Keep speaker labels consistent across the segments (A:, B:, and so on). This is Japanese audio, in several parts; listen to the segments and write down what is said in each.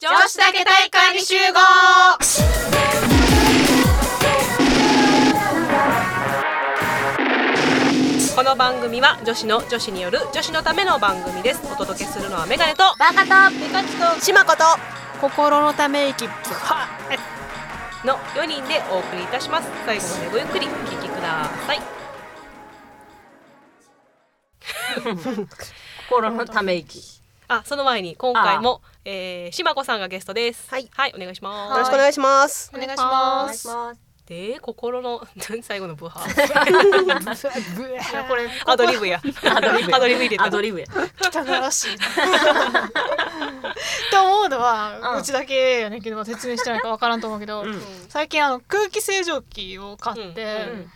A: 女子だけ大会に集合この番組は女子の女子による女子のための番組ですお届けするのはメガネと
B: バカと
A: メカチと
B: しまこと
C: 心のため息ブハ
A: の4人でお送りいたします最後までごゆっくりお聞きください
B: 心のため息
A: あその前に今回もえー、しまこさんがゲストです
D: はい
A: お願いします
D: よろしくお願いします。
C: お願いします
B: ます
A: で心の 最後のブハ
C: ー
B: これ
A: アドリブやアドリブ入れた
B: アドリブや
C: 汚らし いって思うのは、
B: う
C: うんちだけやねんけどまあ説明してないから分からんと思うけど、
B: うん
C: 最近あの空気清浄機を買って、
A: うん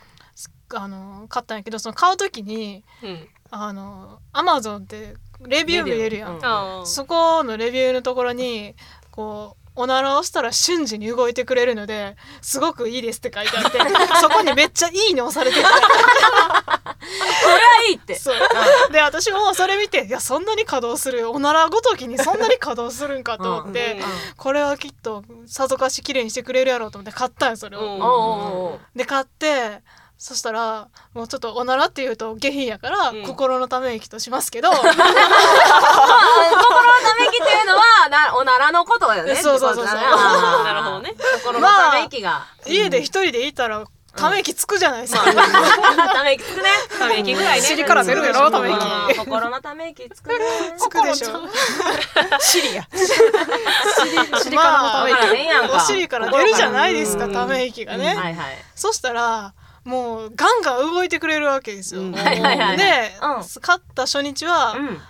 C: あの買ったんやけどその買う時に
A: うん
C: あのアマゾンってレビュー見れるやん、
B: レビュー
A: あー
C: そこのレビューのところにこうおならをしたら瞬時に動いてくれるのですごくいいですって書いてあ ってそこにめっちゃ「いいね」押されてて
B: それはいい って
C: そうで私もそれ見ていやそんなに稼働するおならごときにそんなに稼働するんかと思って、
A: うんうん
C: これはきっとさぞかし綺麗にしてくれるやろうと思って買ったんよそれを。
A: うん
B: おおー
C: で買ってそしたらもうちょっとおならっていうと下品やから、
A: うん
C: 心のため息とします けど
B: 心のため息っていうのはなおならのことだよね
C: そうそうそうそう
B: ってことだね
A: あーな
B: あ
A: る
B: ー
A: ほどね
B: 心のため息が
C: 家で一人でいたらため息つくじゃないですか。
B: ため息つくね
A: ため息ぐらいね
C: 尻から出るやろため息
B: うん心のため息つくね
C: つくでしょ。 シリや。尻尻からのため
B: わからへんやん
C: 息。
B: か
C: お尻から出るじゃないですか
A: うん
C: ため息が
B: うんは
C: ね。
B: いはい
C: そしたらもうガンガン動いてくれるわけですよ。
A: うん
C: で
A: はい
B: はいはいうん
C: 勝った初日は
B: うん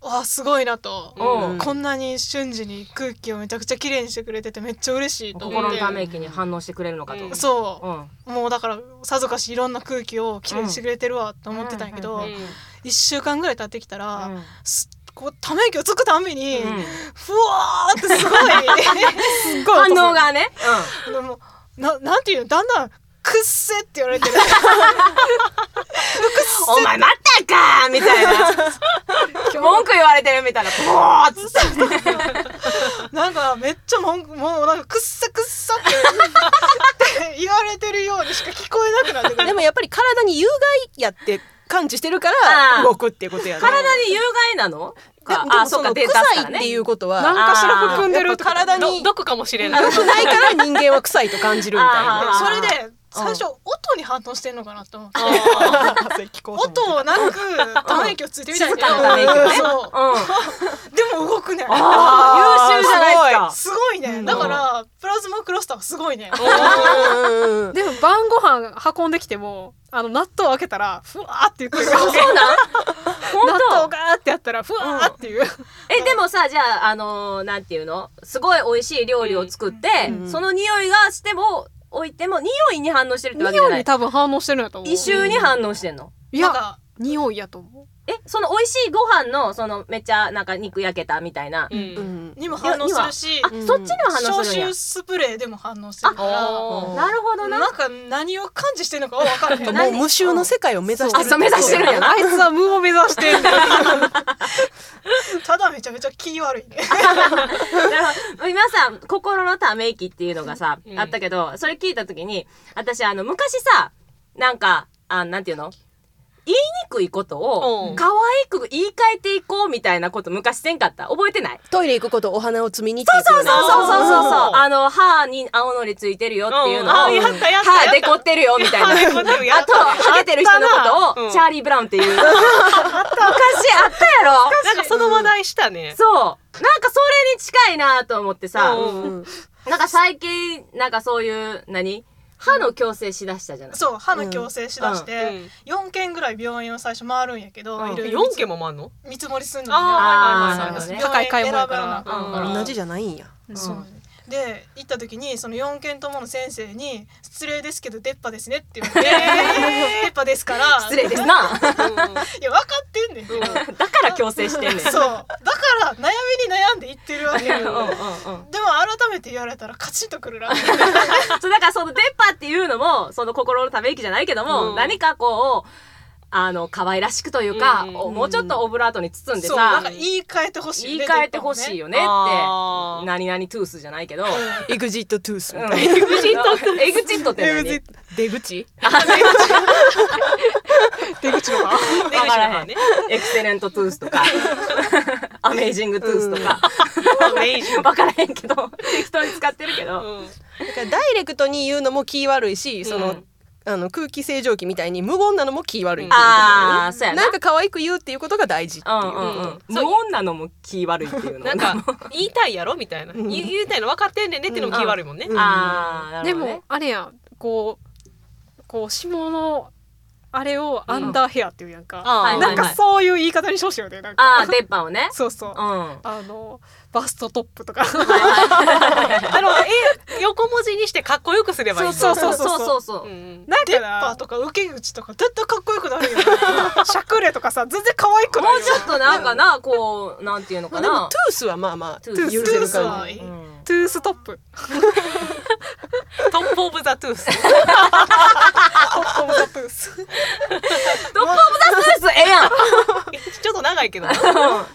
C: わあすごいなと。
B: お
A: うん
B: う
C: こんなに瞬時に空気をめちゃくちゃ綺麗にしてくれててめっちゃ嬉しいと思
B: 心
C: っ
B: の
C: て
B: ため息に反応してくれるのかと
A: うん
C: そうう、
B: ん
C: もうだからさぞかしいろんな空気をきれいにしてくれてるわと思ってたんやけど、
B: う
C: 一
B: んうん
C: 1週間ぐらい経ってきたら、
B: うん
C: すこうため息をつくたんびに、
B: うん
C: ふわーってすごい すっごい
B: 反
C: 音する
B: 応がね
C: でもななんていうのだんだんくっせって言われ てる
B: うんお前待ったんかーみたい な文句言われてるみたいなボーッつって
C: なんかめっちゃもんもうなんかくっさくっさってって言われてるようにしか聞こえなくなってくる
D: でもやっぱり体に有害やって感知してるか
B: あ
D: ら
B: ー
D: 動くっていうことやね。
B: 体に有害なの
D: でで
B: か
D: もその
B: 出た
D: 臭いっていうこと
C: 何
D: は
C: かしら含んでるってこと
D: やっぱ体
A: ど
D: に
A: 毒かもしれない
D: 良くないから人間は臭いと感じるみたいな。
B: あー
C: それで最初音に反応してんのかなと思って音
D: 音
C: をなくため息をついてみたいけど
B: 静かなため息をね
C: そう
B: うん
C: でも動くね
B: あー優秀じゃないです
C: す
B: か
C: ごいねだからプラズマクロスターはすごいね
D: うんうんうん
E: でも晩ご飯運んできてもあの納豆開けたらふわーっていう声が
B: そうなん
E: 納豆
B: 本当
E: がーってやったらふわーっていう、
B: えでもさじゃああのーなんていうのすごい美味しい料理を作って、
D: うん
B: その匂いがしても置いても匂いに反応してるってわけじゃ
E: 匂い
B: な
E: に
B: い
E: 多分反応してるんやと思う
B: 異臭に反応してんの
E: い
C: なん
E: や
C: か
E: 匂いやと思う
B: えその美味しいご飯のそのめっちゃなんか肉焼けたみたいな、
A: うん
D: うん
C: にも反応するし
B: あ、
D: うん
B: そっちにも反応
C: 消
B: するんや
C: 臭スプレーでも反応してるか
B: あなるほど
C: ら
B: な
C: なんか何を感じしてるのかは分からへん
D: もう無臭の世界を目指してる
B: あそう目指してるんやな
E: あいつは無を目指してるんだよ
C: ただめちゃめちゃ気悪いね
B: なるほど今さ心のため息っていうのがさ、
A: うん
B: あったけどそれ聞いた時に私あの昔さなんかあなんていうの言いにくいこと
A: う
B: を
A: ん
B: 可愛く言い換えていこうみたいなこと昔せんかった覚えてない
D: トイレ行くことお花を摘みに行っていく
B: そ
D: よ
B: うそうそうそうそう
A: あ
B: そう
A: ー
B: あの歯に青のりついてるよっていうのを
A: あやったやったや
B: 歯
A: った
B: デコってるよみたいな
A: 歯デコってるや
B: あ
A: っ
B: と
A: た
B: ハゲてる人のこ
A: あった
B: と
A: なう
B: を
A: ん
B: チャーリー・ブラウンっていう昔あったや
A: な
B: ろ
A: んかその話題したね
B: そうなんかそれに近いなと思ってさ
A: うん
D: うんうん
B: なんか最近なんかそういう何歯の矯正しだしたじゃない
C: そう歯の矯正しだして4軒ぐらい病院を最初回るんやけど
B: うん
C: いろいろ
A: 四件もあんの
C: 見積もりすんのにね
A: あ
B: ー
A: ーはいはいは
B: なる
A: い
B: ほどね
C: 高い買い物やから
A: うん
D: 同じじゃないんや。
C: そう
B: うん
C: で行った時にその4件ともの先生に「失礼ですけど出っ歯ですね」って言われて「出っ歯ですから」
B: 失礼ですなだ か
C: いや分かってんねんけど、
B: ら矯正してんねん
C: そうだから悩みに悩んで言ってるわけよ
B: う
C: で
B: んうんう
C: も
B: ん
C: 改めて言われたらカチンとくるな
B: そうだからその出っ歯っていうのもその心のため息じゃないけども、
A: うん
B: 何かこうあの可愛らしくというか、
A: うん
B: おもうちょっとオブラートに包んで
C: そうなん
B: さ
C: か言い換えてほしい
B: 言い換えてほしい
C: よ
B: よねって
A: あー
B: 何々トゥースじゃないけど、
F: エグジットトゥースみたいな、
B: エグジットエグジットって
C: 出
B: 何
C: 口
F: 出口
C: 出口のか
A: 出口の方ね
B: エクセレントトゥースとかアメイジングトゥースとか、
A: アメイジング
B: 分からへんけど適当に使ってるけど、
A: うん
F: だからダイレクトに言うのも気悪いしその、
B: うん
F: あの空気清浄機みたいに無言なのも気悪いっていうことだよね
B: ああそうやな
F: なんか可愛く言うっていうことが大事っていう、
B: うんうんうん無
A: そう
B: 音なのも気悪いっていうの
A: なんか言いたいやろみたいな言い言いたいの分かってんねんねっていうのも気悪いもんね
F: うん
B: ああな
G: で
B: るほど、ね
G: も、あれやんこうこう下のあれをアンダーヘアっていうやんか、
A: あー
B: は
G: ないん
B: はい
G: かそういう言い方にしてほしいよねなんか
B: ああ鉄板をね
G: そうそう、
B: うんあ
G: あのバストトップとか
A: あのえ横文字にしてかっこよくすればいい
G: そうそうそうそう
B: そうそう
A: う、ん
G: なんか
C: パ
G: な
C: ーとか受け口とか絶対かっこよくなる よねしゃくれとかさ全然可愛く
B: も
C: な
B: う
C: い
B: ちょっとなんかなこうなんていうの
F: ま
B: か
F: あ、でも
B: な
F: ト、ゥースはまあまあ
B: ト
F: 許
B: ゥース
F: せ
C: トゥー
F: る感
C: ス
F: じ
C: はいうい
B: ん
G: トゥーストップ
A: トップオブザトゥース
C: トップオブザトゥース
B: トップオブザスースええやん
A: ちょっと長いけどな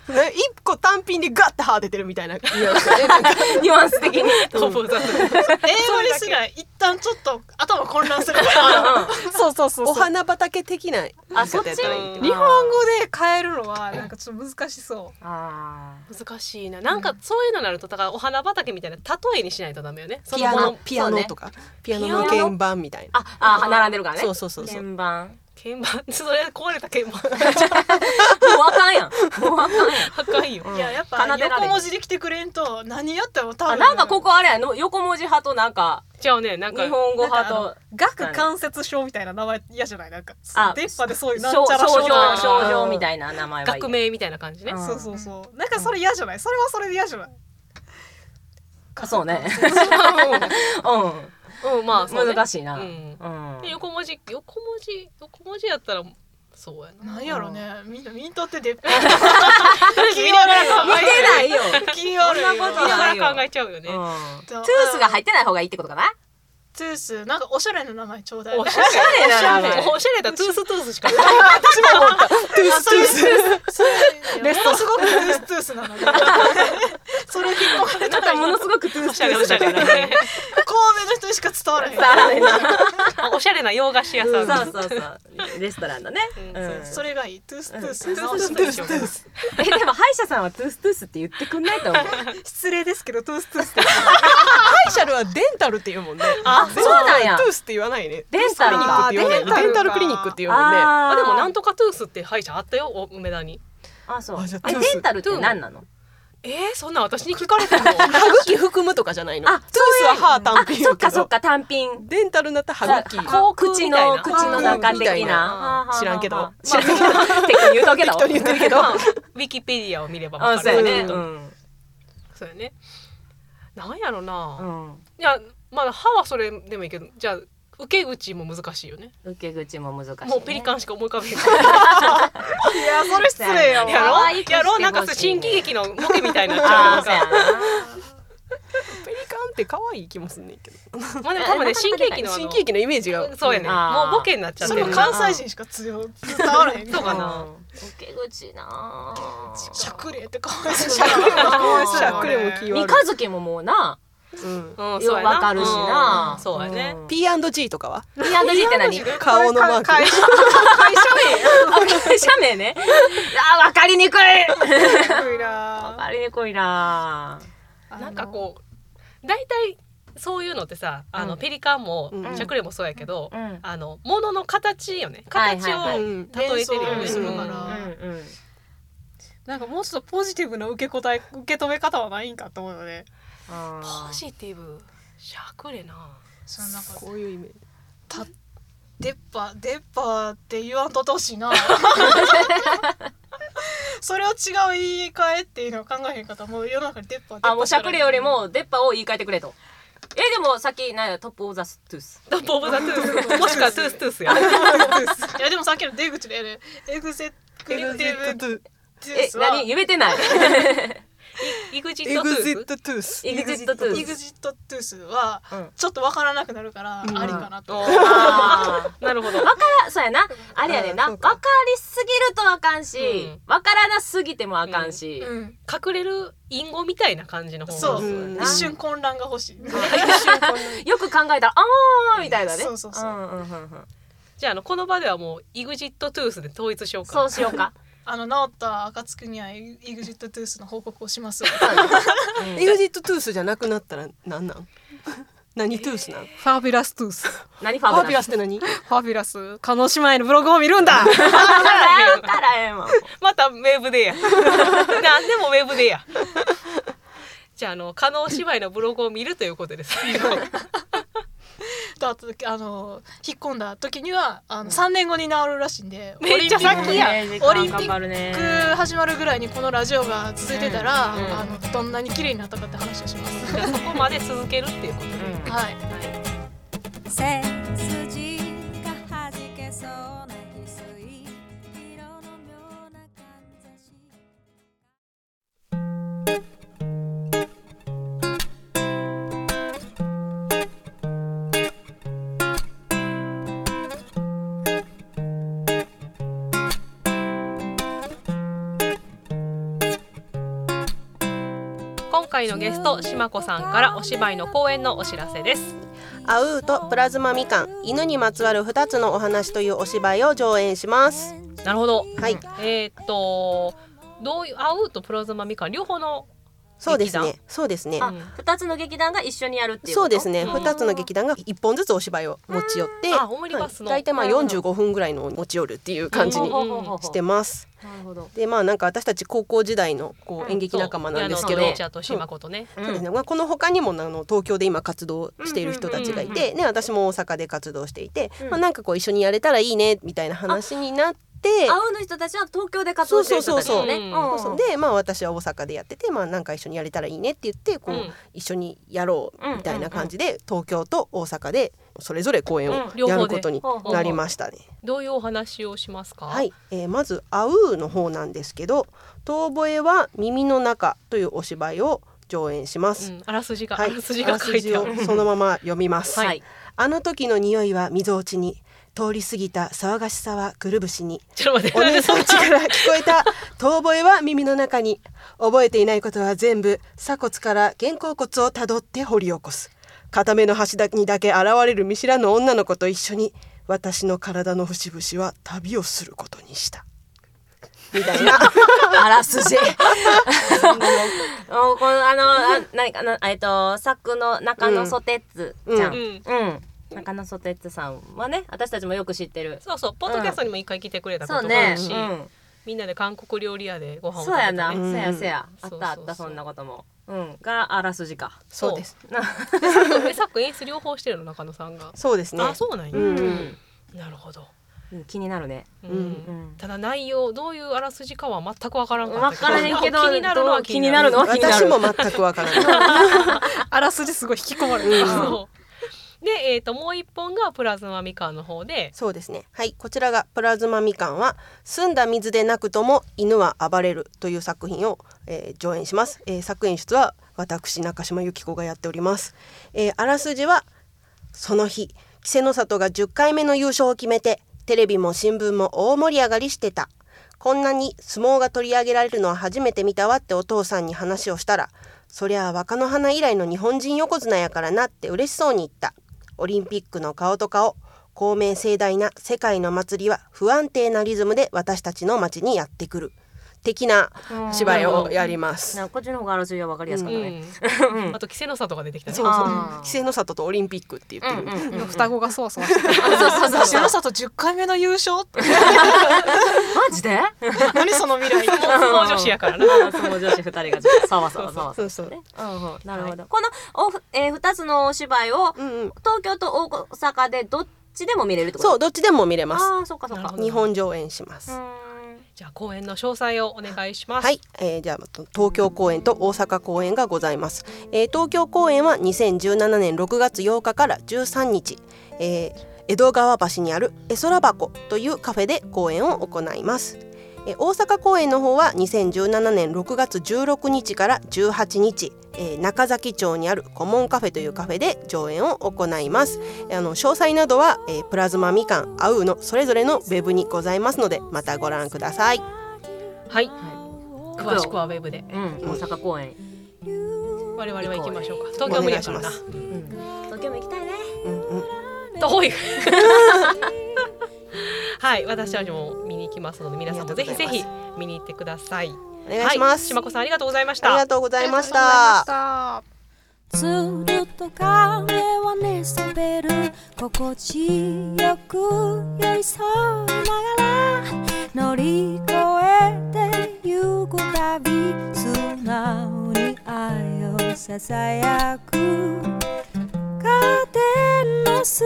F: ね一個単品でガッて歯出てるみたいなニュアンスだねなんか
B: ニュアンス的に
A: トップオブザトゥース
C: 英語にすら一旦ちょっと頭混乱するから
G: そうそうそう
F: お
G: そう
F: 花畑的な言い
B: あそっ
F: 方
B: ち
F: やったらいい
A: うん
G: 日本語で変えるのはなんかちょっと難しそう
B: あー
A: 難しいななんかそういうのになるとだからお花畑みたいな例えにしないとダメよねそ
F: ピ
A: の
F: ア
A: も
F: ノ
A: の
F: ピアノとか、ピアノの鍵盤みたいな
B: ああー並んでるからね
F: そうそうそうそう
B: 鍵盤
A: 鍵盤 それ壊れた鍵盤
B: もうあかんやん。もうあかんやん。
A: 破壊よ
B: うん
C: いややっ
B: 奏
C: ぱ
B: でられる
C: 横文字で来てくれんと何やっても多
B: あ、
C: 分
B: なんかここあれやの、横文字派となんか、
A: じゃあねなんか
B: 日本語派
C: な
B: と、
G: 顎関節症みたいな名前嫌じゃないなんか
B: あ
G: 出っ歯でそういうなんち
B: 症
G: ゃら
B: 症
G: 症
B: 状
G: とか、
B: 症状みたいな名前はいい。
A: 学名みたいな感じね
B: うん
G: そうそうそうなんかそれ嫌じゃないそれはそれで嫌じゃない
B: あそ うね。
A: うんまあ
B: う。
A: そうんね
B: 難しいな。
A: う
B: うんん。
A: で横文字横文字横文字やったらそうやな
C: なんやろねみんなミントって出っ 歯気になる
B: 見てないよ。
C: 気になる
B: そんなこと
A: 見な
B: ない
A: が
B: よ
A: ら考えちゃうよね
B: うん
C: ト
B: トゥースが入ってない方がいいってことかな
C: トゥースなんかおしゃれな名前ちょうだい
A: おしゃ
B: おしゃれな名前。
A: おしゃれだトゥーストゥースしか
C: トゥーストゥースそれものすごくトゥーストゥースなのでそれ引っ込まれたら神
B: なんか
C: 戸
B: も
C: の
B: のすごくトゥー
A: お
B: ス
A: し
B: ト
A: ゃ
B: ゥ
A: れ
B: ー
A: お
B: ス
A: しゃ
B: だ
A: れ
B: から
A: だ ね
C: 人にしか伝わらへん
B: 伝わらへんな
A: おしゃれな洋菓子屋さん
B: そうそうそう。レストランだね。
A: う
B: うん
C: それがいいトゥーストゥー
A: う
C: ス
A: ん
C: 直して
A: トゥーストゥース
B: え、でも歯医者さんはトゥーストゥースって言ってくんないと思う。
G: 失礼ですけどトゥーストゥースって
F: 歯医者ではデンタルって言うもんね
B: あ、そうなんや
F: ト。ゥースって言わないね
B: デンタルか。
F: クリニックって言わない
C: あーデン
F: デンタ
C: タ
F: ル
C: ル
F: ク
C: か
F: リニックって言うもんね
A: あでもなん
B: と
A: とかトゥースって歯医者あったよお梅田に
B: あそう
F: あじゃあ
B: え
F: トゥース
B: デンタルって何なの
A: えー、そんなん私に聞かれても
F: 歯茎含むとかじゃないの
B: あ
F: トゥースは歯単品
B: そ
F: や
B: っ
F: け
B: か
F: ど
B: そっか単品
F: デンタルになった歯茎
B: さ
A: あ
B: こう口の
A: 口
B: 口
A: みたいな
B: の中
F: みた
B: 的
F: い
B: な
F: な知らんけど
B: ははは知らんけど 適当に言うとけど
F: 適当に言ってるけど
A: ウィキペディアを見れば
B: あ
A: 分
B: そ
A: か
B: う
A: る
B: や
A: よ
B: ね
A: ね
B: う
A: うん
B: ん
A: そうやねなんやろな、
B: うん
A: いやまだ歯はそれでもいいけどじゃあ受け口も難しいよね
B: 受け口も難しいね
A: もうペリカンしか思い浮かべない
C: いやそれ失礼やわ
A: や
B: 可
A: ろ
B: 愛くして
A: や
B: ほ
A: ろ
B: しいね
A: なんかそう新喜劇のモケみたいになっちゃう
B: あ
A: な
B: ー
A: ん
B: そうや
A: か
F: ペリカンって可愛い気もすんねんけど
A: まあでも多分ね新喜劇のあの
F: 新喜劇のイメージが
A: そうやね
B: あー
A: もうボケになっちゃっ
C: そ
A: て
C: れ
A: る
C: も
A: な
C: 関西人しか強い伝わらへん
A: そうか
B: な
A: な
B: うん受け口な
C: しゃ
B: ぁ
C: くれってかわいそう
F: しゃくれもかわいそう
C: し
F: や
C: ゃ
F: な
C: く
F: こ
C: れも
F: れも
C: 気
F: 気
B: 三
F: 悪
B: 日月ももうな
F: いう
A: うん
B: よ
A: そううやな
B: わかるしな
A: うんそうやね
B: ん
F: P&G とかは
B: P&G って何
F: 顔のマーク
C: 会社
B: あ会社名ねあーわかりにくい
C: 名な
B: わかりにくいなぁ
A: なんかこう大体そういうのってさあの、
B: うん
A: ペリカンも
F: うん
A: しゃくれもそうやけど、
B: うんうん
A: あの物の形よね
B: はい
A: 形
B: は
A: を例
B: いはい
F: うん
A: えてるよね、
C: 連
B: 想
A: うん
B: だ
C: から
B: うんうん
G: なんかもうちょっとポジティブな受け答え受け止め方はないんかと思うよね
B: あー
A: ポジティブしゃくれな
C: そんなこと
F: こういうイメージ
C: 出っ歯出っ歯って言わんとってほしいなそれを違う言い換えっていうのを考えへんかったらもう世の中に出っ歯出っ歯
B: あもうしゃくれよりも出っ歯を言い換えてくれとえでもさっきなんやトップオブザストゥース
A: トップオブザトゥースもしくはトゥーストゥースや
C: いやでもさっきの出口でねエグゼクリティブ
F: トゥ
C: トゥー
B: え
C: スは
B: 何言えてない
A: イグジッ
D: エ
A: トト
D: グジ
A: ゥー
D: ットトゥース
B: エグジットトゥー
C: イグ
B: ス。
C: ジットトゥースは
D: うん
C: ちょっとわからなくなるから
D: うん
C: ありかなと、
B: あ
A: なるほど。
B: ーそうやな。あれやねんな。
D: うんそ
B: わ
D: うか
B: かりすぎるとあかんし
A: うん、
B: わからなすぎてもあかんし。
C: うん
A: 隠れる隠語みたいな感じの方が
C: そう、
A: ん
B: な
C: 一瞬混乱が欲しい、
B: よく考えたら、あーみたいなね。
C: そうそうそうん
B: うんうんうん
A: じゃああのこの場ではもうイグジットトゥースで統一しようか。
B: そうしようか。
C: あの治った暁にはイグジットトゥースの報告をします
D: エ グジットトゥースじゃなくなったら何なん何トゥースなんフ
E: ファビュラストゥース。
B: 何ファ
D: ァビ
B: ブ
D: ュ
B: ラ
D: ラ
B: ス
D: スって何
E: ファビュラス。カノ姉妹のブログを見るんだ
B: わからんからええわ。
A: またウェブでや。 何でもウェブでや。じゃああの加納姉妹のブログを見るということです。
C: とあとあの引っ込んだ時にはあの3年後に治るらしいんで
A: めっちゃ先や
B: ね時間
C: オリンピック
B: 頑張るね
C: 僕始まるぐらいにこのラジオが続いてたら、
B: うんうん
C: あのどんなに綺麗になったかって話をします。
A: じゃあそこまで続けるっていうことで。
B: うん
C: はい
H: 背筋がはじけそうな翡翠色の妙なかんざし
A: 今回のゲストしまこさんからお芝居の公演のお知らせです。
F: アウーとプラズマみかん犬にまつわる2つのお話というお芝居を上演します
A: なるほど。
F: はい
A: えーっとどういうアウーとプラズマみかん両方の
F: そうです
A: 劇
F: ねそうですね
B: あ、二つの劇団が一緒にやるっていうこと。
F: そうですね
A: うん
F: 2つの劇団が1本ずつお芝居を持ち寄って
A: あオムニバスの
F: はい大体まあ
B: なるほど
F: 45分ぐらいのを持ち寄るっていう感じに
A: うん
F: してます
B: なるほど。
F: でまあなんか私たち高校時代の
B: う
F: こ
B: ん
F: う演劇仲間なんですけど
B: そう
A: レイチャーとしまことね。
B: うん
F: そうですねまあ、この他にもあの東京で今活動している人たちがい
A: うんうんうん
F: て、ね、私も大阪で活動していて、
B: うん
F: まあ、なんかこう一緒にやれたらいいねみたいな話になって
B: 青の人たちは東京で活動してる人たち
A: そうそう
B: だね。
A: そう
B: うん
F: そうそうで、まあ、私は大阪でやってて、まあ、なんか一緒にやれたらいいねって言ってこう、
A: うん
F: 一緒にやろうみたいな感じで、東京と大阪でそれぞれ公演を
B: うん
A: 両方
F: や
A: で
F: ることになりましたね。
A: どういうお話をしますか。
F: はい、えーまず「アウー」の方なんですけど「遠吠えは耳の中」というお芝居を上演しま
A: う
F: す。
A: ん、あらすじが、
F: はい
A: あらすじが書いてあ
F: あ
A: る
F: ら。すじをそのまま読みます。
B: はい。
F: あの時の匂いは溝落ちに通り過ぎた騒がしさはくるぶしに
A: ちょっと待って、
F: お姉さん 家から聞こえた遠吠えは耳の中に覚えていないことは全部鎖骨から肩甲骨をたどって掘り起こす固めの柱にだけ現れる見知らぬ女の子と一緒に私の体の節々は旅をすることにしたみたいな
B: あらすじ。おこのあのあ何かなえっと作の中野ソテッツちゃん。
F: う
B: うんん。中野ソテッツさんはね私たちもよく知ってる。
A: そうそう、ポッドキャストにも一回来てくれたこ
B: そう
A: とがあ
B: ね
A: る。し、
B: うん
A: みんなで韓国料理屋でご飯を食
B: そう
A: べ
B: や
A: た、ね。
B: な。
F: う
B: そ
F: ん
B: うやそうや。あ
A: そうそうそ
B: っ
A: う
B: たあったそんなことも。うん。があらすじか。
F: そうです
A: そう。え、作演出両方してるの中野さんが。
F: そうですね
A: あ、そうなんや。
F: うん
A: なるほど。
B: うん気になるね。
A: うん。
B: ん
A: ただ内容どういうあらすじかは全くわからんか
B: わ
A: った
B: からへんけど
A: 気になるのは気になる
B: どう気にな
F: 私
B: る
F: も全くわからない
E: あらすじすごい引き込まれる。
A: そうで、えー、ともう一本がプラズマみかんの方で
F: そうですね。はい、こちらがプラズマみかんは澄んだ水でなくとも犬は暴れるという作品を、えー上演します、えー作演出は私中島由紀子がやっております。えーあらすじはその日、稀勢の里が10回目の優勝を決めて、テレビも新聞も大盛り上がりしてた。こんなに相撲が取り上げられるのは初めて見たわってお父さんに話をしたら、そりゃあ若の花以来の日本人横綱やからなって嬉しそうに言った。オリンピックの顔と顔、公明盛大な世界の祭りは不安定なリズムで私たちの街にやってくる。的な芝居をやります。
B: なんかこっちの方があらすじはわかりやすかったね。
A: うん、あと稀勢の里が出てきたね
F: そうそう
B: あー。
F: 稀勢の里とオリンピックって言ってる。
E: 双子がそわそわしてた。
C: 私の里10回目の優勝って
B: マジで？
C: 何その未来
A: もう相撲女子やからな
B: あーその女子二人がちょっとさわさわさわさ
F: そう
B: わ
F: そう。
B: うんうんなるほど。このおふえー二つのお芝居を
F: うんうん。
B: 東京と大阪でどっちでも見れるってこと。
F: そう、どっちでも見れます。
B: ああーそっかそっ
A: なる
B: か
A: ほ。ど
F: 日本上演します。
A: じゃあ公演の詳細をお願いします、
F: はい、えーじゃあまた東京公演と大阪公演がございます、えー東京公演は2017年6月8日から13日、えー江戸川橋にある絵空箱というカフェで公演を行いますえー大阪公演の方は2017年6月16日から18日、えー中崎町にあるコモンカフェというカフェで上演を行いますえーあの詳細などは、えープラズマみかんアウのそれぞれのウェブにございますのでまたご覧ください
A: はい
B: い
A: 詳しくはウェブで
B: うん、大阪公演、
A: 我々は行きましょうか東京無理やからな
F: お願いし
B: うん、東京も行きたいね
F: うんうん
A: 遠いはい私たちも見に行きますので皆さんもぜひぜひ見に行ってください
F: お願いします、
A: はい、島子さんありがとうございまし
F: あり
A: た
F: がとうございまし
C: あ
F: た
C: りがとうございました
H: ずっと彼は寝そべる心地よく寄り添いながら乗り越えてゆくたび素直に愛をささやくカーテンの隙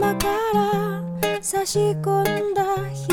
H: 間から差し込んだ日